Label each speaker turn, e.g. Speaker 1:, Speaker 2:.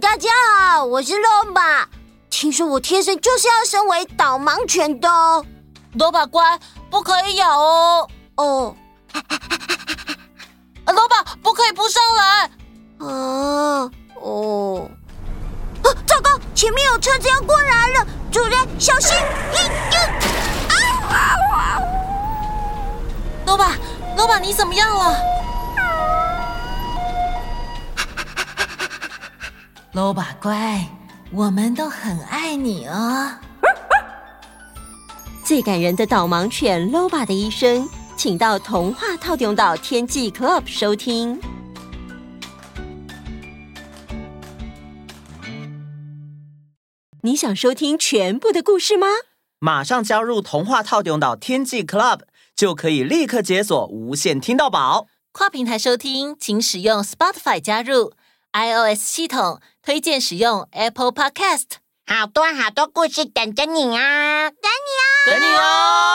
Speaker 1: 大家好，我是肉马。听说我天生就是要身为导盲犬的哦。
Speaker 2: 罗巴乖，不可以咬哦！
Speaker 1: 哦，
Speaker 2: 啊罗巴不可以扑上来！
Speaker 1: 啊，哦，啊，糟糕，前面有车子要过来了，主人小心！咦咦啊啊啊
Speaker 2: 罗巴，罗巴你怎么样了？罗巴乖，我们都很爱你哦。
Speaker 3: 最感人的导盲犬 Loba 的一生，请到童话套用到天际 Club 收听。你想收听全部的故事吗？
Speaker 4: 马上加入童话套用岛天际 Club，就可以立刻解锁无限听到宝。
Speaker 2: 跨平台收听，请使用 Spotify 加入 iOS 系统，推荐使用 Apple Podcast。
Speaker 5: 好多好多故事等着你啊！
Speaker 4: 等你哦！